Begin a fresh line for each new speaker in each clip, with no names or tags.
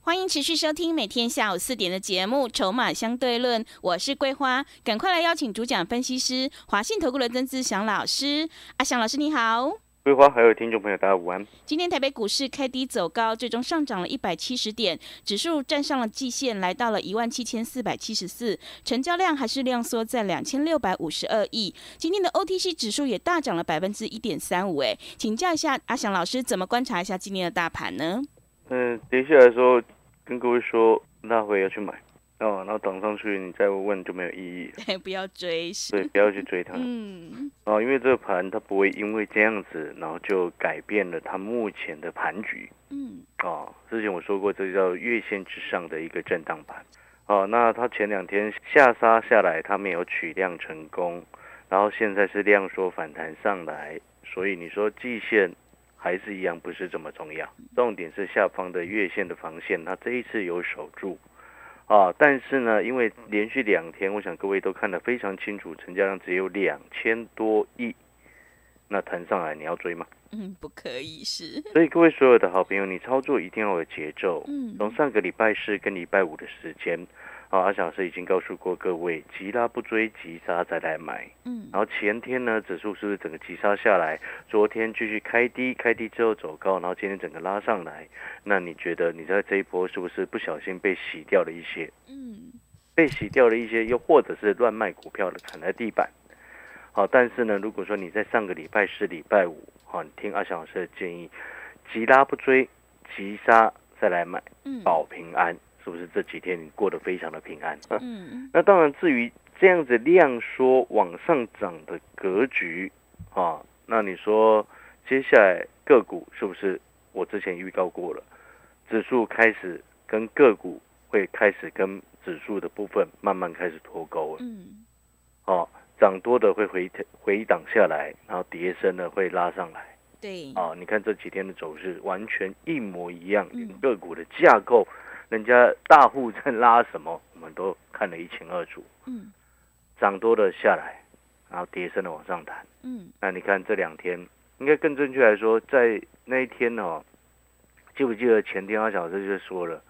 欢迎持续收听每天下午四点的节目《筹码相对论》，我是桂花，赶快来邀请主讲分析师华信投顾的曾志祥老师。阿祥老师你好，
桂花还有听众朋友大家午安。
今天台北股市开低走高，最终上涨了一百七十点，指数站上了季线，来到了一万七千四百七十四，成交量还是量缩在两千六百五十二亿。今天的 OTC 指数也大涨了百分之一点三五，哎，请教一下阿祥老师，怎么观察一下今天的大盘呢？
嗯，跌下来的时候跟各位说拉回要去买哦，然后涨上去你再问就没有意义了，
对，不要追，
对，
是，
不要去追它
嗯，
哦，因为这个盘它不会因为这样子，然后就改变了它目前的盘局
嗯，
哦。之前我说过，这叫月线之上的一个震荡盘哦。那它前两天下杀下来，它没有取量成功，然后现在是量缩反弹上来，所以你说季线还是一样不是这么重要，
嗯
重点是下方的月线的防线，它这一次有守住。啊，但是呢，因为连续两天，我想各位都看得非常清楚，成交量只有两千多亿，那弹上来你要追吗？
嗯，不可以是，
所以各位所有的好朋友，你操作一定要有节奏。
嗯，
从上个礼拜四跟礼拜五的时间，啊，阿翔老师已经告诉过各位，急拉不追，急杀再来买。
嗯，
然后前天呢，指数是不是整个急杀下来？昨天继续开低，开低之后走高，然后今天整个拉上来。那你觉得你在这一波是不是不小心被洗掉了一些？
嗯，
被洗掉了一些，又或者是乱卖股票的砍在地板。好，但是呢，如果说你在上个礼拜是礼拜五，好，你听阿翔老师的建议，急拉不追，急杀再来买，
嗯，
保平安，是不是这几天你过得非常的平安？ 啊
嗯，
那当然，至于这样子量缩往上涨的格局啊，那你说接下来个股是不是我之前预告过了，指数开始跟个股会开始跟指数的部分慢慢开始脱钩了
嗯，
啊，涨多的会回回档下来，然后跌深的会拉上来
对，
啊。你看这几天的走势完全一模一样，
嗯
连个股的架构，人家大户在拉什么，我们都看得一清二楚。
嗯，
涨多的下来，然后跌升的往上弹。
嗯，
那你看这两天，应该更正确来说，在那一天哦，记不记得前天阿小师就说了，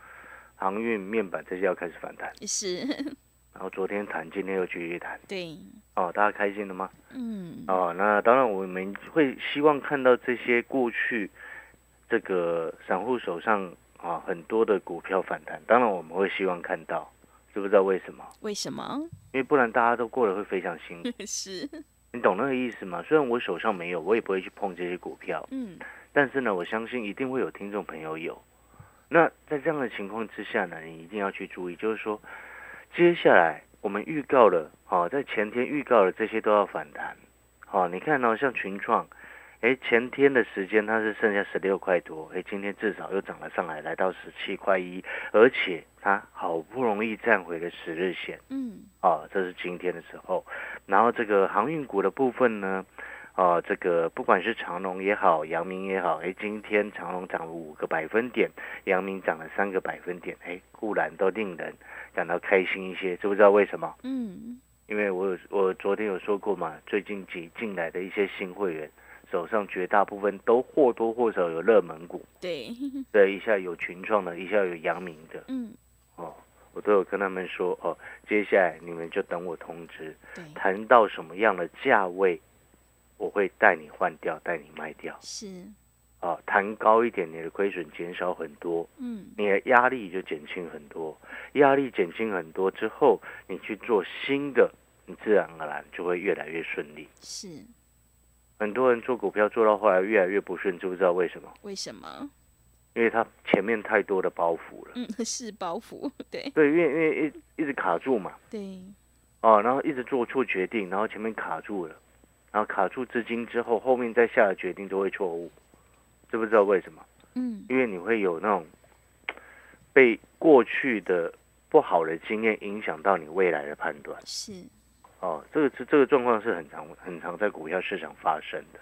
航运面板这些要开始反弹，
是，
然后昨天弹，今天又继续弹，
对，
哦，大家开心了吗？
嗯，
哦，那当然我们会希望看到这些过去这个散户手上啊很多的股票反弹，当然我们会希望看到，知不知道为什么？
为什么？
因为不然大家都过得会非常辛苦。
是，
你懂那个意思吗？虽然我手上没有，我也不会去碰这些股票，
嗯，
但是呢，我相信一定会有听众朋友有。那在这样的情况之下呢，你一定要去注意，就是说，接下来我们预告了，哦，在前天预告了这些都要反弹，哦，你看哦，像群创，哎，前天的时间它是剩下十六块多，哎，今天至少又涨了上来，来到十七块一，而且它好不容易站回了十日线。
嗯，
啊，这是今天的时候。然后这个航运股的部分呢，啊，这个不管是长隆也好，阳明也好，哎，今天长隆涨了五个百分点，阳明涨了三个百分点，哎，固然都令人感到开心一些，知不知道为什么？
嗯，
因为我有我昨天有说过嘛，最近几进来的一些新会员手上绝大部分都或多或少有热门股，
对，
对，一下有群创的，一下有阳明的，
嗯，
哦，我都有跟他们说哦，接下来你们就等我通知，
对，
谈到什么样的价位，我会带你换掉，带你卖掉
是，
啊。谈高一点，你的亏损减少很多，
嗯，
你的压力就减轻很多。压力减轻很多之后，你去做新的，你自然而然就会越来越顺利。
是，
很多人做股票做到后来越来越不顺，知不知道为什么？
为什么？
因为他前面太多的包袱了，
嗯， 是包袱，对，
对，因为因为一一直卡住嘛，
对，
哦，然后一直做错决定，然后前面卡住了，然后卡住资金之后，后面再下的决定都会错误，知不知道为什么？
嗯，
因为你会有那种被过去的不好的经验影响到你未来的判断。
是，
哦，这个这这个状况是很常很常在股票市场发生的。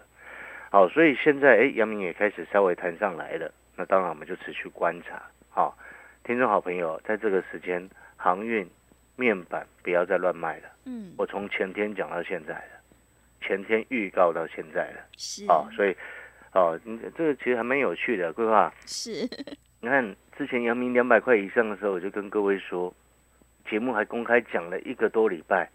好，所以现在哎，阳明也开始稍微弹上来了，那当然我们就持续观察。好、听众好朋友，在这个时间，航运、面板不要再乱卖了。
嗯，
我从前天讲到现在了，前天预告到现在了
是，
哦啊、所以哦，你这个其实还蛮有趣的，规划。
是，
你看之前阳明两百块以上的时候，我就跟各位说，节目还公开讲了一个多礼拜。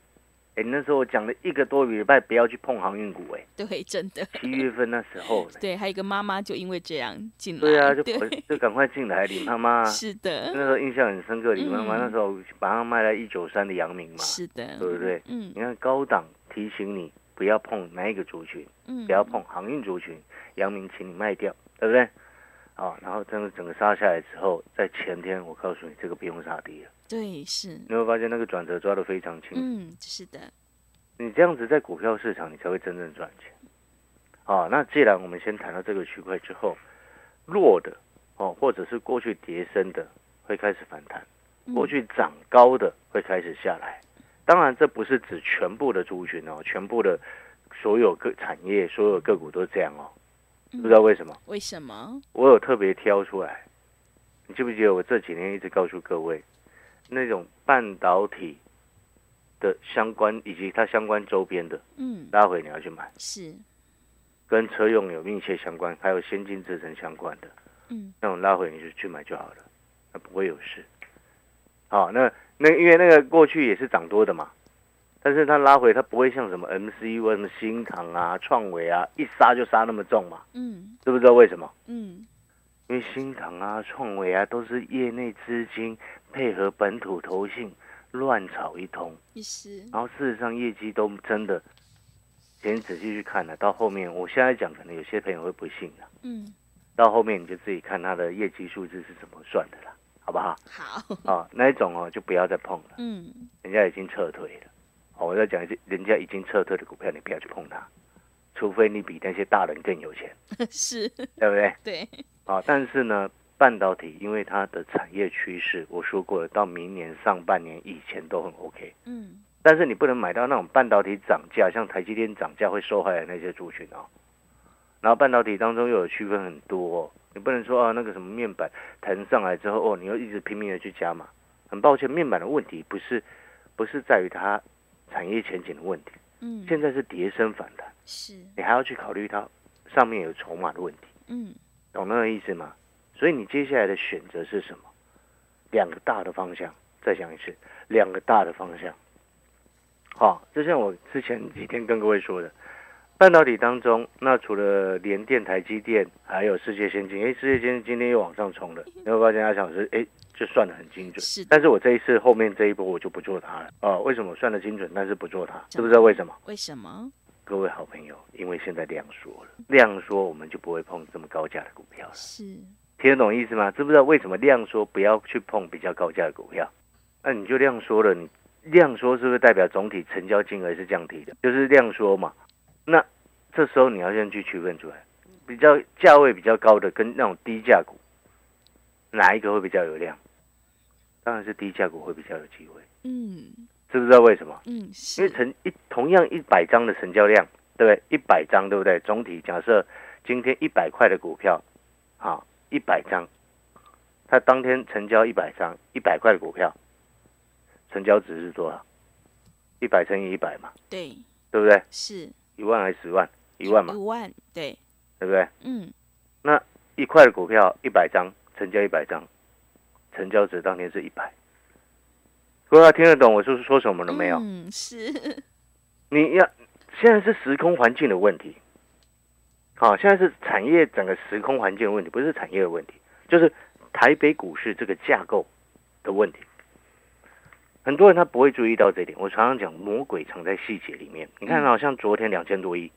哎，那时候我讲了一个多礼拜，不要去碰航运股。哎，
对，真的，
七月份那时候 呢，
对，还有一个妈妈就因为这样进来，
对啊，就
对
就赶快进来，李妈妈。
是的
那，时候印象很深刻，李妈妈
嗯
那时候马上卖了一九三的阳明嘛，
是的，
对不对？
嗯
你看高档提醒你不要碰哪一个族群，
嗯，
不要碰航运族群，阳明请你卖掉，对不对？好，然后真的整个杀下来之后，在前天我告诉你这个不用杀跌了，
对，是，
你会发现那个转折抓得非常清楚。
嗯，是的，
你这样子在股票市场，你才会真正赚钱。啊，那既然我们先谈到这个区块之后，弱的哦，或者是过去跌升的会开始反弹，
嗯
过去涨高的会开始下来。当然，这不是指全部的族群哦，全部的所有个产业、所有个股都这样哦。
嗯
不知道为什么，
为什么？
我有特别挑出来。你记不记得我这几年一直告诉各位，那种半导体的相关以及它相关周边的，
嗯，
拉回你要去买，
是，
跟车用有密切相关，还有先进制程相关的
嗯
那种拉回你就去买就好了，那不会有事。好，那那因为那个过去也是涨多的嘛，但是它拉回它不会像什么 MCU、什么新唐啊、创维啊一杀就杀那么重嘛，
嗯
知不知道为什么？
嗯，
因为新唐啊、创维啊都是业内资金配合本土投信乱炒一通，
也是，
然后事实上业绩都真的，请你仔细去看了、到后面我现在讲，可能有些朋友会不信了、
嗯，
到后面你就自己看它的业绩数字是怎么算的啦，好不好？
好，
啊，那一种哦就不要再碰了，
嗯
人家已经撤退了。哦，我再讲一次，人家已经撤退的股票，你不要去碰它，除非你比那些大人更有钱，
是，
对不对？
对，
啊，但是呢，半导体因为它的产业趋势，我说过了，到明年上半年以前都很 OK。
嗯
但是你不能买到那种半导体涨价，像台积电涨价会受害的那些族群哦。然后半导体当中又有区分很多、哦，你不能说啊那个什么面板腾上来之后哦，你又一直拼命的去加码。很抱歉，面板的问题不是不是在于它产业前景的问题，
嗯，
现在是跌升反弹，
是，
你还要去考虑它上面有筹码的问题，
嗯
懂那个意思吗？所以你接下来的选择是什么？两个大的方向，再讲一次，两个大的方向。好、就像我之前几天跟各位说的，半导体当中，那除了联电、台积电，还有世界先进，哎，世界先进今天又往上冲了，你会发现阿小老师，哎，就算的很精准。
嗯是的，
但是我这一次后面这一波我就不做它了啊、为什么算的精准，但是不做它？知不知道为什么？
为什么？
各位好朋友，因为现在量缩了，量缩我们就不会碰这么高价的股票了。
是，
听得懂意思吗？知不知道为什么量缩不要去碰比较高价的股票？那你就量缩了，你量缩是不是代表总体成交金额是降低的？就是量缩嘛。那这时候你要先去区分出来，比较价位比较高的跟那种低价股，哪一个会比较有量？当然是低价股会比较有机会，
嗯
知不知道为什么？
嗯
因为
是，
成一同样一百张的成交量，对不对？一百张，对不对？总体假设今天一百块的股票，好，一百张，它当天成交一百张，一百块的股票，成交值是多少？一百乘以一百嘛，
对，
对不对？
是
一万还是十万？一万嘛
一，万，对，
对不对？
嗯
一块的股票一百张，成交一百张，成交值当天是一百。各位要听得懂我是说什么了没有？
嗯是，
你要现在是时空环境的问题，好、现在是产业整个时空环境的问题，不是产业的问题，就是台北股市这个架构的问题。很多人他不会注意到这一点。我常常讲，魔鬼藏在细节里面。你看，好像昨天两千多亿，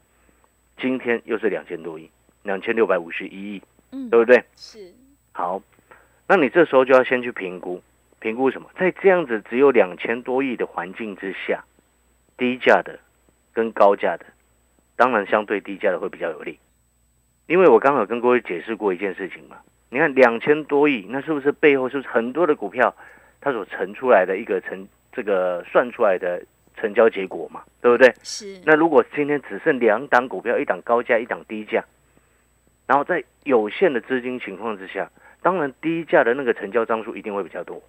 今天又是两千多亿，两千六百五十一亿，
嗯
对不对？
是，
好，那你这时候就要先去评估，评估什么？在这样子只有两千多亿的环境之下，低价的跟高价的，当然相对低价的会比较有利，因为我刚好跟各位解释过一件事情嘛。你看两千多亿，那是不是背后是不是很多的股票，它所乘出来的一个成这个算出来的成交结果嘛，对不对？
是，
那如果今天只剩两档股票，一档高价，一档低价，然后在有限的资金情况之下，当然低价的那个成交张数一定会比较多，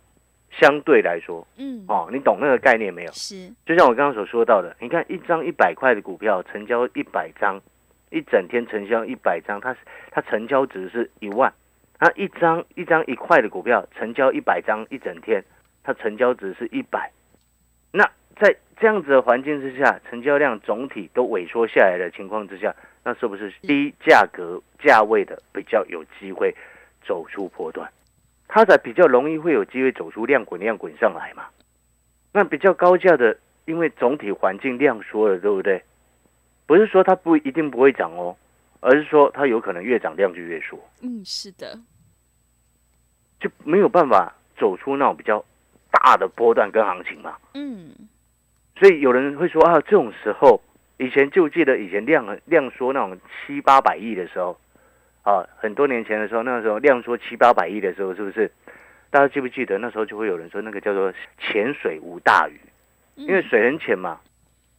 相对来说，
嗯
哦，你懂那个概念没有？
是，
就像我刚刚所说到的，你看一张一百块的股票，成交一百张，一整天成交一百张，它它成交值是一万，它一张一张一块的股票成交一百张一整天，它成交值是一百。那在这样子的环境之下，成交量总体都萎缩下来的情况之下，那是不是低价格价位的比较有机会走出波段？它才比较容易会有机会走出量滚量滚上来嘛。那比较高价的，因为总体环境量缩了，对不对？不是说它不一定不会涨哦，而是说它有可能越涨量就越缩。
嗯，是的，
就没有办法走出那种比较大的波段跟行情嘛。
嗯，
所以有人会说啊，这种时候，以前就记得以前量很量缩那种七八百亿的时候，啊，很多年前的时候，那时候量缩七八百亿的时候，是不是？大家记不记得那时候就会有人说那个叫做潜水无大鱼，
因
因为水很浅嘛，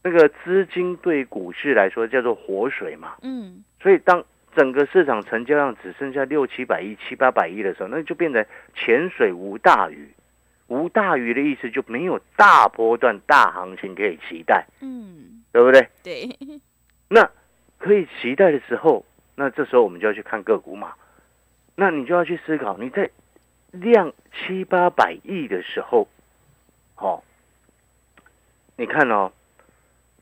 那个资金对股市来说叫做活水嘛。
嗯
所以当整个市场成交量只剩下六七百亿、七八百亿的时候，那就变成潜水无大鱼。无大鱼的意思就没有大波段、大行情可以期待，
嗯，
对不对？
对，
那可以期待的时候，那这时候我们就要去看个股嘛。那你就要去思考，你在量七八百亿的时候，哦，你看哦，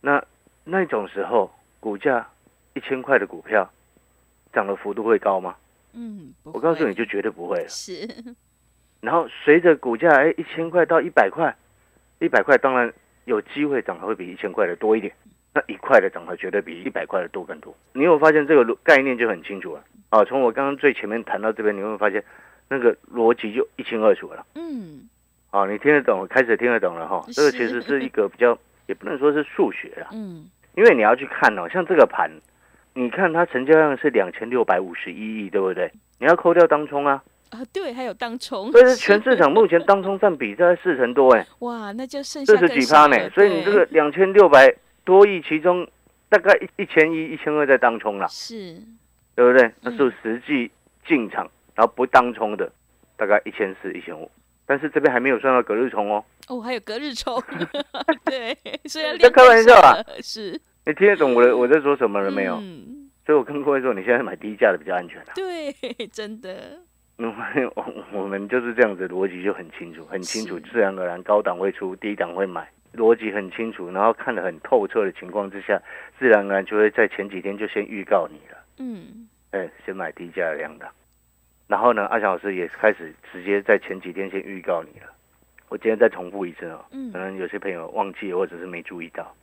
那那种时候股价一千块的股票涨的幅度会高吗？
嗯，不
我告诉
会
你就绝对不会了。
是，
然后随着股价哎一千块到一百块，一百块当然有机会涨得会比一千块的多一点，那一块的涨得绝对比一百块的多更多。你有发现这个逻概念就很清楚了啊！从我刚刚最前面谈到这边，你会发现那个逻辑就一清二楚了
嗯
啊！你听得懂，开始听得懂了哈。这个其实是一个比较，也不能说是数学啦，
嗯
因为你要去看哦，像这个盘，你看它成交量是两千六百五十一亿，对不对？你要扣掉当冲啊，
啊，对，还有当冲，
所以是全市场目前当冲占比大概四成多哎、
哇，那就剩下
四十
更
几
少
趴
了
呢，所以你这个
对
两千六百多亿，其中大概一一千一、一千二在当冲啦，
是
对不对？那
嗯
是实际进场，然后不当冲的，大概一千四、一千五。但是这边还没有算到隔日冲哦，
哦，还有隔日冲， 对，所以要
在
练
开
更
玩
少
笑啊
了，是
你听得懂我的我在说什么了没有？
嗯，
所以我跟各位说，你现在买低价的比较安全啊。
对，真的，
因为我 我们就是这样子，逻辑就很清楚，很清楚，
是
自然而然高档会出，低档会买，逻辑很清楚，然后看得很透彻的情况之下，自然而然就会在前几天就先预告你了。
嗯
哎，先买低价的两档，然后呢，阿翔老师也开始直接在前几天先预告你了。我今天再重复一次哦，可
嗯
能有些朋友忘记或者是没注意到。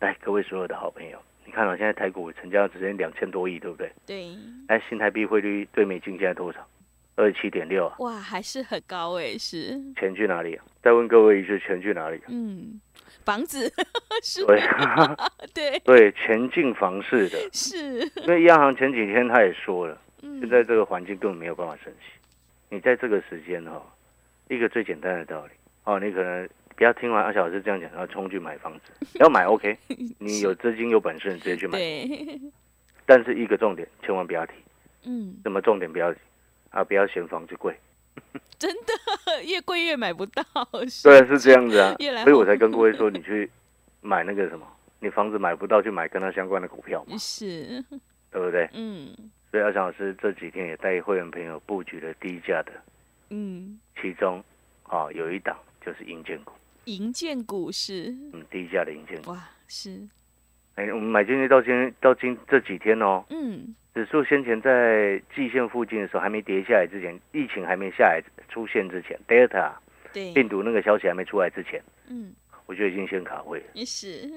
来，各位所有的好朋友，你看到、哦现在台股成交只剩两千多亿，对不对？
对，
哎，新台币汇率对美金现在多少？二十七点六啊，
哇，还是很高哎，是，
钱去哪里、啊？再问各位一句，钱去哪里、啊？
嗯，房子 是
对，
对
对，钱进房市的，
是，
因为央行前几天他也说了。
嗯
现在这个环境根本没有办法升息。你在这个时间哦，一个最简单的道理哦，你可能不要听完阿小老师这样讲，然后冲去买房 子，要买 OK，你有资金有本事你直接去买。
对，
但是一个重点千万不要提，
嗯，
什么重点不要提啊？不要嫌房子贵，
真的越贵越买不到，是
对，是这样子啊
越来。
所以我才跟各位说，你去买那个什么，你房子买不到，去买跟它相关的股票嘛，
嗯是，
对不对？
嗯
所以阿小老师这几天也带会员朋友布局了低价的，
嗯，
其中啊、哦有一档就是硬件股。
银建股是，
嗯，低价的银建股。
哇，是，
哎、我们买进去到今天到今这几天哦，
嗯
指数先前在季线附近的时候还没跌下来之前，疫情还没下来出现之前，Delta
对，
病毒那个消息还没出来之前，
嗯
我就已经先卡位了。
也是，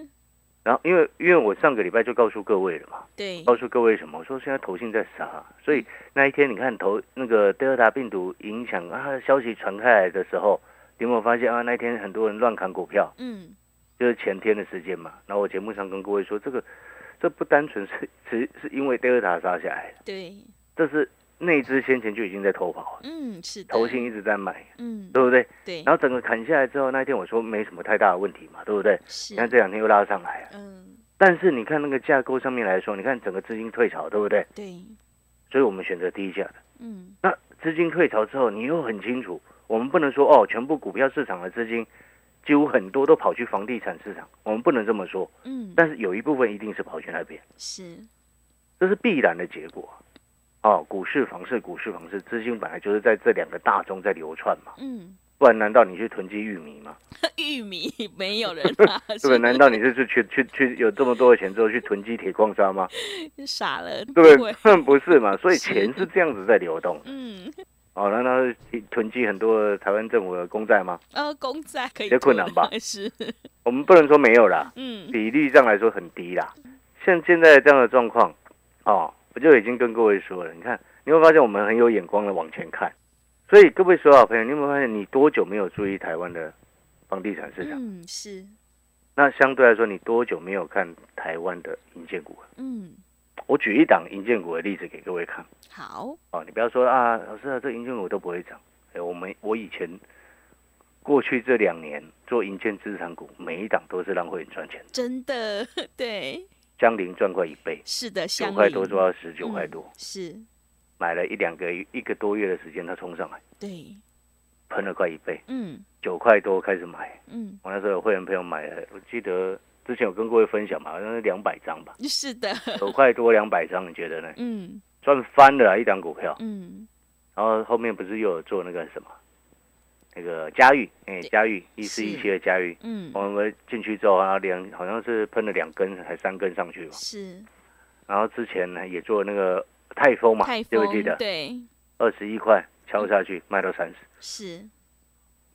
然后因为因为我上个礼拜就告诉各位了嘛，
对，
告诉各位什么？我说现在投信在杀，所以那一天你看投那个 Delta 病毒影响啊消息传开来的时候，你有没有发现啊？那一天很多人乱砍股票，
嗯
就是前天的时间嘛。然后我节目上跟各位说，这个这不单纯是 只是因为德尔塔杀下来的，
对，
这是那只先前就已经在偷跑了，
嗯是的，
投信一直在买，
嗯
对不对？
对，
然后整个砍下来之后，那一天我说没什么太大的问题嘛，对不对？
是
你，看这两天又拉上来了，
嗯
但是你看那个架构上面来说，你看整个资金退潮，对不对？
对，
所以我们选择低价的。
嗯
那资金退潮之后，你又很清楚，我们不能说哦，全部股票市场的资金几乎很多都跑去房地产市场，我们不能这么说。
嗯
但是有一部分一定是跑去那边，
是，
这是必然的结果。哦，股市、房市、股市、房市，资金本来就是在这两个大中在流窜嘛，
嗯，
不然难道你去囤积玉米吗？
玉米没有 人啊，
对不对？难道你是去去去去有这么多的钱之后去囤积铁矿砂吗？
是傻了？
对
不
不对
会？
当然 不是嘛，所以
是
钱是这样子在流动的。
嗯，
哦，难道是囤积很多的台湾政府的公债吗？
呃，公仔可以
有困
做
难吧
了是，
我们不能说没有啦，
嗯
比例上来说很低啦。像现在这样的状况，哦，我就已经跟各位说了，你看，你会发现我们很有眼光的往前看。所以各位所有好朋友，你有没有发现你多久没有注意台湾的房地产市场？
嗯是，
那相对来说，你多久没有看台湾的银建股了？
嗯
我举一档银建股的例子给各位看。
好，
哦，你不要说啊，老师啊，这银建股都不会涨。哎，我们我以前过去这两年做银建资产股，每一档都是让会员赚钱，
真的 对，
江林赚快一倍，
是的，
九
相
块
邻
多做到十九块
嗯
多，
是，
买了一两个一个多月的时间，它冲上来，
对，
喷了快一倍，
嗯
九块多开始买。
嗯
我那时候有会员朋友买了，我记得之前有跟各位分享嘛，好像是两百张吧，
是的，
九块多两百张，你觉得呢？
嗯
赚翻了啊一档股票，
嗯
然后后面不是又有做那个什么，那个嘉裕，哎、
对
嘉裕一四一七的嘉裕，
嗯
我们进去之后啊，两好像是喷了两根还三根上去吧，
是，
然后之前呢也做那个泰丰嘛，
泰
记不
丰
记得？
对
二十一块敲下去卖到三十。
是，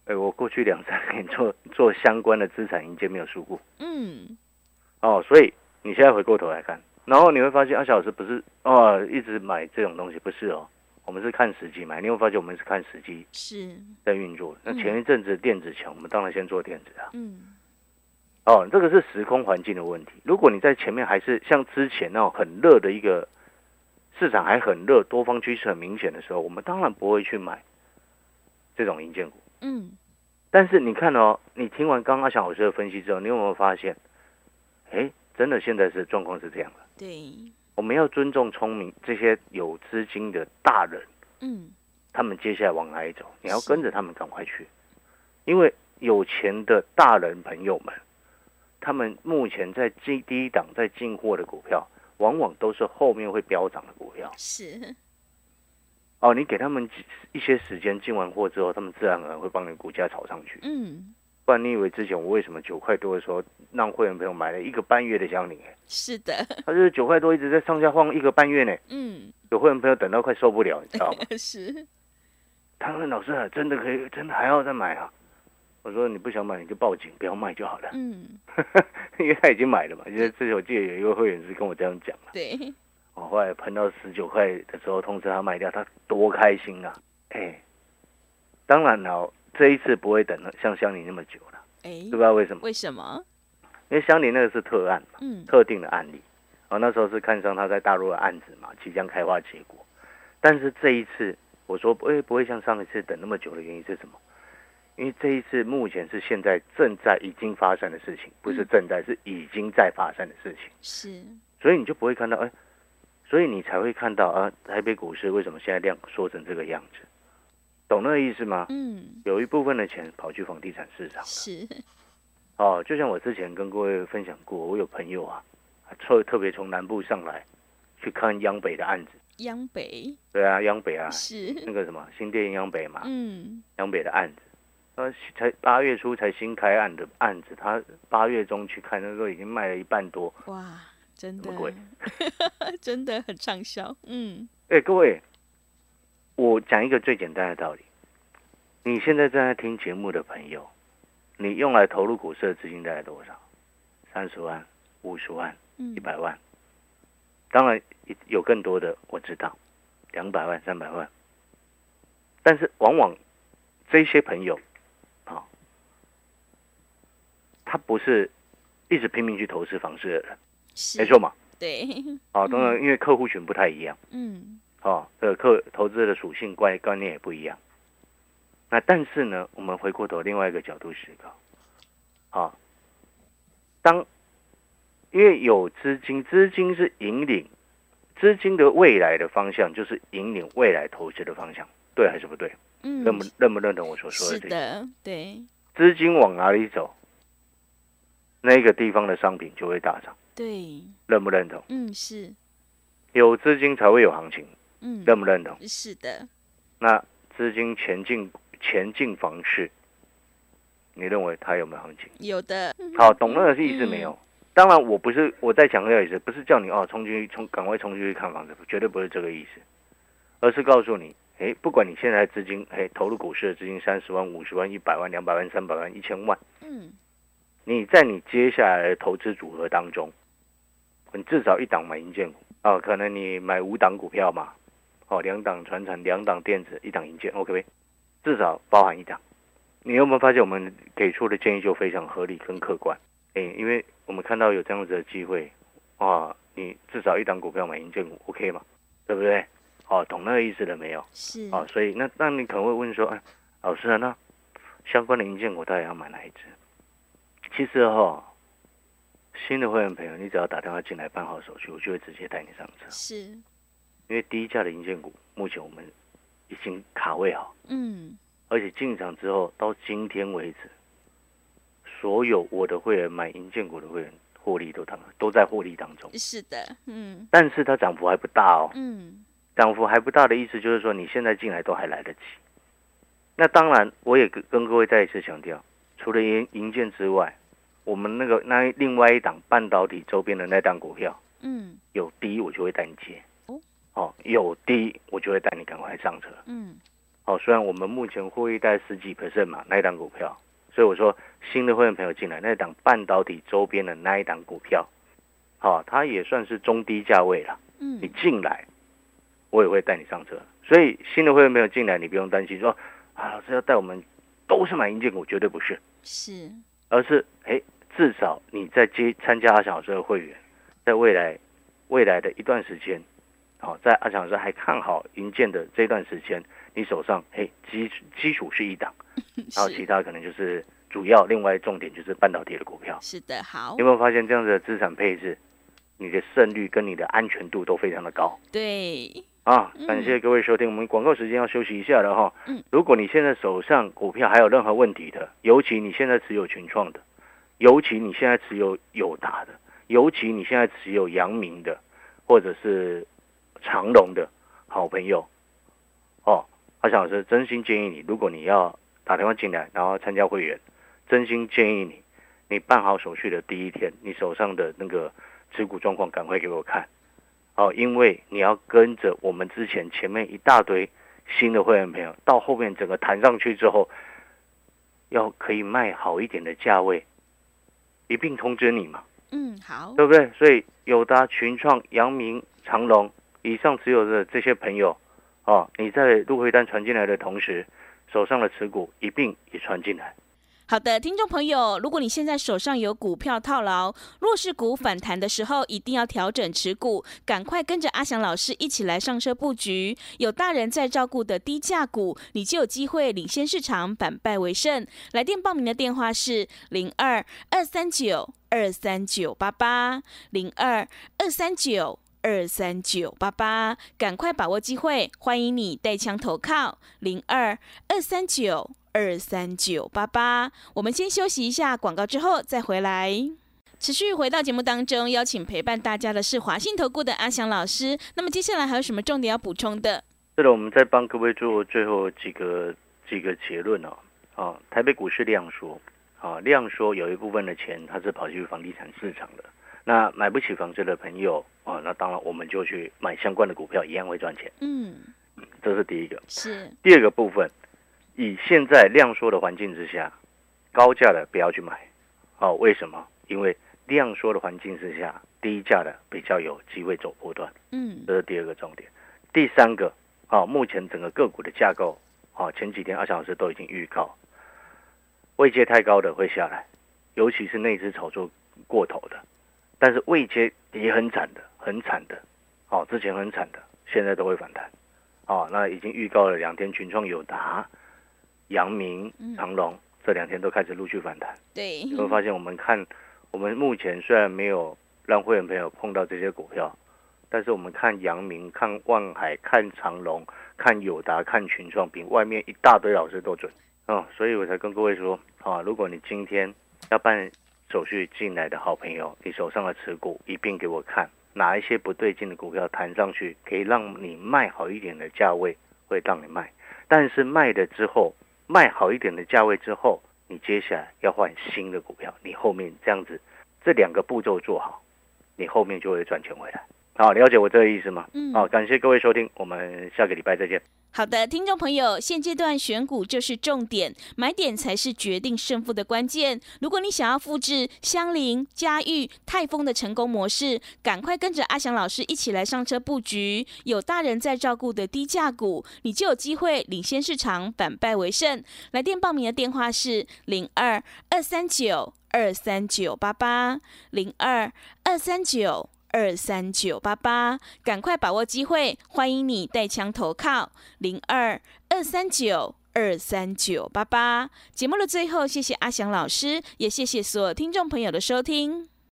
哎，我过去两三年做做相关的资产银建没有输过
嗯
哦，所以你现在回过头来看，然后你会发现阿啊小老师不是哦一直买这种东西，不是哦，我们是看时机买，你会发现我们是看时机
是，
在运作。那
嗯
前一阵子电子强，我们当然先做电子啊。
嗯
哦，这个是时空环境的问题。如果你在前面还是像之前那种很热的一个市场还很热，多方趋势很明显的时候，我们当然不会去买这种银建股。
嗯
但是你看哦，你听完刚刚阿翔老师的分析之后，你有没有发现？哎，真的现在是状况是这样的。
对，
我们要尊重聪明这些有资金的大人，
嗯
他们接下来往哪里走，你要
是
跟着他们赶快去，因为有钱的大人朋友们，他们目前在进低档在进货的股票，往往都是后面会飙涨的股票。
是，
哦，你给他们几一些时间进完货之后，他们自然而然会帮你股价炒上去。
嗯
不然你以为之前我为什么九块多的时候让会员朋友买了一个半月的香菱、欸？
是的，
他就是九块多一直在上下晃一个半月呢、
嗯
有会员朋友等到快受不了，你知道吗？
是，
他说老师啊，真的可以，真的还要再买啊？我说你不想买你就报警，不要卖就好了，
嗯
因为他已经买了嘛。因为之前我记得有一个会员是跟我这样讲了，
对，
我、后来喷到十九块的时候通知他卖掉，他多开心啊！哎、当然了，这一次不会等了像香菱那么久了，
哎
知不知道为什么？
为什么？
因为香菱那个是特案嘛。
嗯
特定的案例。哦，那时候是看上他在大陆的案子嘛，即将开花结果。但是这一次，我说不会不会像上一次等那么久的原因是什么？因为这一次目前是现在正在已经发生的事情，不是正在是已经在发生的事情，
是，
所以你就不会看到哎，所以你才会看到啊，台北股市为什么现在量缩成这个样子？懂那个意思吗？
嗯
有一部分的钱跑去房地产市场。
是，
哦，就像我之前跟各位分享过，我有朋友啊，特特别从南部上来去看央北的案子。
央北
对啊，央北啊，
是，
那个什么新店央北嘛，
嗯
央北的案子，呃，才八月初才新开案的案子，他八月中去看，那时候已经卖了一半多。
哇，真
什
的
么鬼，
真的很畅销，嗯
哎，各位，我讲一个最简单的道理，你现在正在听节目的朋友，你用来投入股市的资金大概多少？三十万、五十万？
嗯
一百万，当然有更多的我知道，两百万、三百万，但是往往这些朋友，啊、他不是一直拼命去投资房市的人，
是
没错嘛？
对，
啊、当然因为客户群不太一样，
嗯
哦，这个客投资的属性观观念也不一样。那但是呢，我们回过头另外一个角度思考，啊，当因为有资金，资金是引领资金的未来的方向，就是引领未来投资的方向，对还是不对？
嗯
认不认不认同我所说
是
这个？
的，对
资金往哪里走，那个地方的商品就会大涨，
对，
认不认同？
嗯是，
有资金才会有行情，
嗯，
认不认同？
是的，
那资金前进前进房市，你认为它有没有行情？
有的。嗯
好，懂那个意思没有？当然，我不是我在强调也是，不是叫你哦冲进去冲赶快冲进去看房子，绝对不是这个意思，而是告诉你，哎，不管你现在资金，哎，投入股市的资金三十万、五十万、一百万、两百万、三百万、一千万，
嗯
你在你接下来的投资组合当中，你至少一档买银建股啊、哦可能你买五档股票嘛，哦，两档船产，两档电子，一档银建，OK 呗，至少包含一档。你有没有发现我们给出的建议就非常合理跟客观？诶，因为我们看到有这样子的机会，啊，你至少一档股票买银建股，OK 嘛，对不对？哦，懂那个意思了没有？
是
啊，所以那那你可能会问说，哎，老师啊，那相关的银建股到底要买哪一只？其实哈、新的会员朋友，你只要打电话进来办好手续，我就会直接带你上车。
是，
因为低价的银建股，目前我们已经卡位好，
嗯
而且进场之后到今天为止，所有我的会员买银建股的会员获利都当都在获利当中，
是的，嗯
但是它涨幅还不大哦。
嗯
涨幅还不大的意思就是说，你现在进来都还来得及。那当然，我也跟跟各位再一次强调，除了银银建之外，我们那个那一另外一档半导体周边的那档股票
嗯
有低，我就会带你接
哦。
哦，有低我就会带你赶快上车。
嗯
哦，虽然我们目前获益在十几 percent 嘛，那一档股票，所以我说新的会员朋友进来，那一档半导体周边的那一档股票，好、它也算是中低价位了。你
嗯，
进来，我也会带你上车。所以新的会员没有进来，你不用担心说啊，老师要带我们都是买银建股，绝对不是，
是
而是哎，至少你在接参加阿翔老师的会员，在未来未来的一段时间，好、在阿翔老师还看好银建的这段时间，你手上哎基基础是一档，然后其
是
他可能就是主要另外重点就是半导体的股票。
是的，好
你有，没有发现这样子的资产配置，你的胜率跟你的安全度都非常的高？
对，
啊
嗯，
感谢各位收听，我们广告时间要休息一下了哈。
嗯
如果你现在手上股票还有任何问题的，尤其你现在持有群创的，尤其你现在持有友达的，尤其你现在持有阳明的，或者是长隆的好朋友，哦，阿翔老师真心建议你，如果你要打电话进来，然后参加会员，真心建议你，你办好手续的第一天，你手上的那个持股状况赶快给我看。哦，因为你要跟着我们之前前面一大堆新的会员朋友，到后面整个弹上去之后，要可以卖好一点的价位，一并通知你嘛，
嗯好，
对不对？所以友达、群创、阳明、长隆以上持有的这些朋友，哦，你在入会单传进来的同时，手上的持股一并也传进来。
好的，听众朋友，如果你现在手上有股票套牢，弱势股反弹的时候，一定要调整持股，赶快跟着阿翔老师一起来上车布局。有大人在照顾的低价股，你就有机会领先市场，反败为胜。来电报名的电话是零二二三九二三九八八零二二三九。二三九八八，赶快把握机会，欢迎你带枪投靠零二二三九二三九八八。我们先休息一下广告，之后再回来。持续回到节目当中，邀请陪伴大家的是华信投顾的阿翔老师。那么接下来还有什么重点要补充的？
这里我们再帮各位做最后几个几个结论哦。啊，台北股市量缩，啊，量缩有一部分的钱它是跑去房地产市场的。那买不起房子的朋友啊，那当然我们就去买相关的股票，一样会赚钱，
嗯，
这是第一个。
是，
第二个部分，以现在量缩的环境之下，高价的不要去买。哦，为什么？因为量缩的环境之下，低价的比较有机会走波段。
嗯
这是第二个重点。第三个，啊，目前整个个股的架构，啊，前几天阿翔老师都已经预告，位阶太高的会下来，尤其是内资炒作过头的，但是位阶也很惨的，很惨的，哦、之前很惨的，现在都会反弹，哦，那已经预告了两天，群创、友达、阳明
嗯、
长隆这两天都开始陆续反弹。
对，
你会发现，我们看我们目前虽然没有让会员朋友碰到这些股票，但是我们看阳明、看万海、看长隆、看友达、看群创，比外面一大堆老师都准啊、哦所以我才跟各位说啊，如果你今天要办手续进来的好朋友，你手上的持股一并给我看，哪一些不对劲的股票弹上去，可以让你卖好一点的价位，会让你卖。但是卖了之后，卖好一点的价位之后，你接下来要换新的股票，你后面这样子，这两个步骤做好，你后面就会赚钱回来。好，了解我这个意思吗？
嗯
好，感谢各位收听，我们下个礼拜再见。
好的，听众朋友，现阶段选股就是重点，买点才是决定胜负的关键。如果你想要复制香菱、嘉裕、泰丰的成功模式，赶快跟着阿翔老师一起来上车布局，有大人在照顾的低价股，你就有机会领先市场，反败为胜。来电报名的电话是零二二三九二三九八八零二二三九。二三九八八，赶快把握机会，欢迎你带枪投靠。零二二三九二三九八八。节目的最后，谢谢阿翔老师，也谢谢所有听众朋友的收听。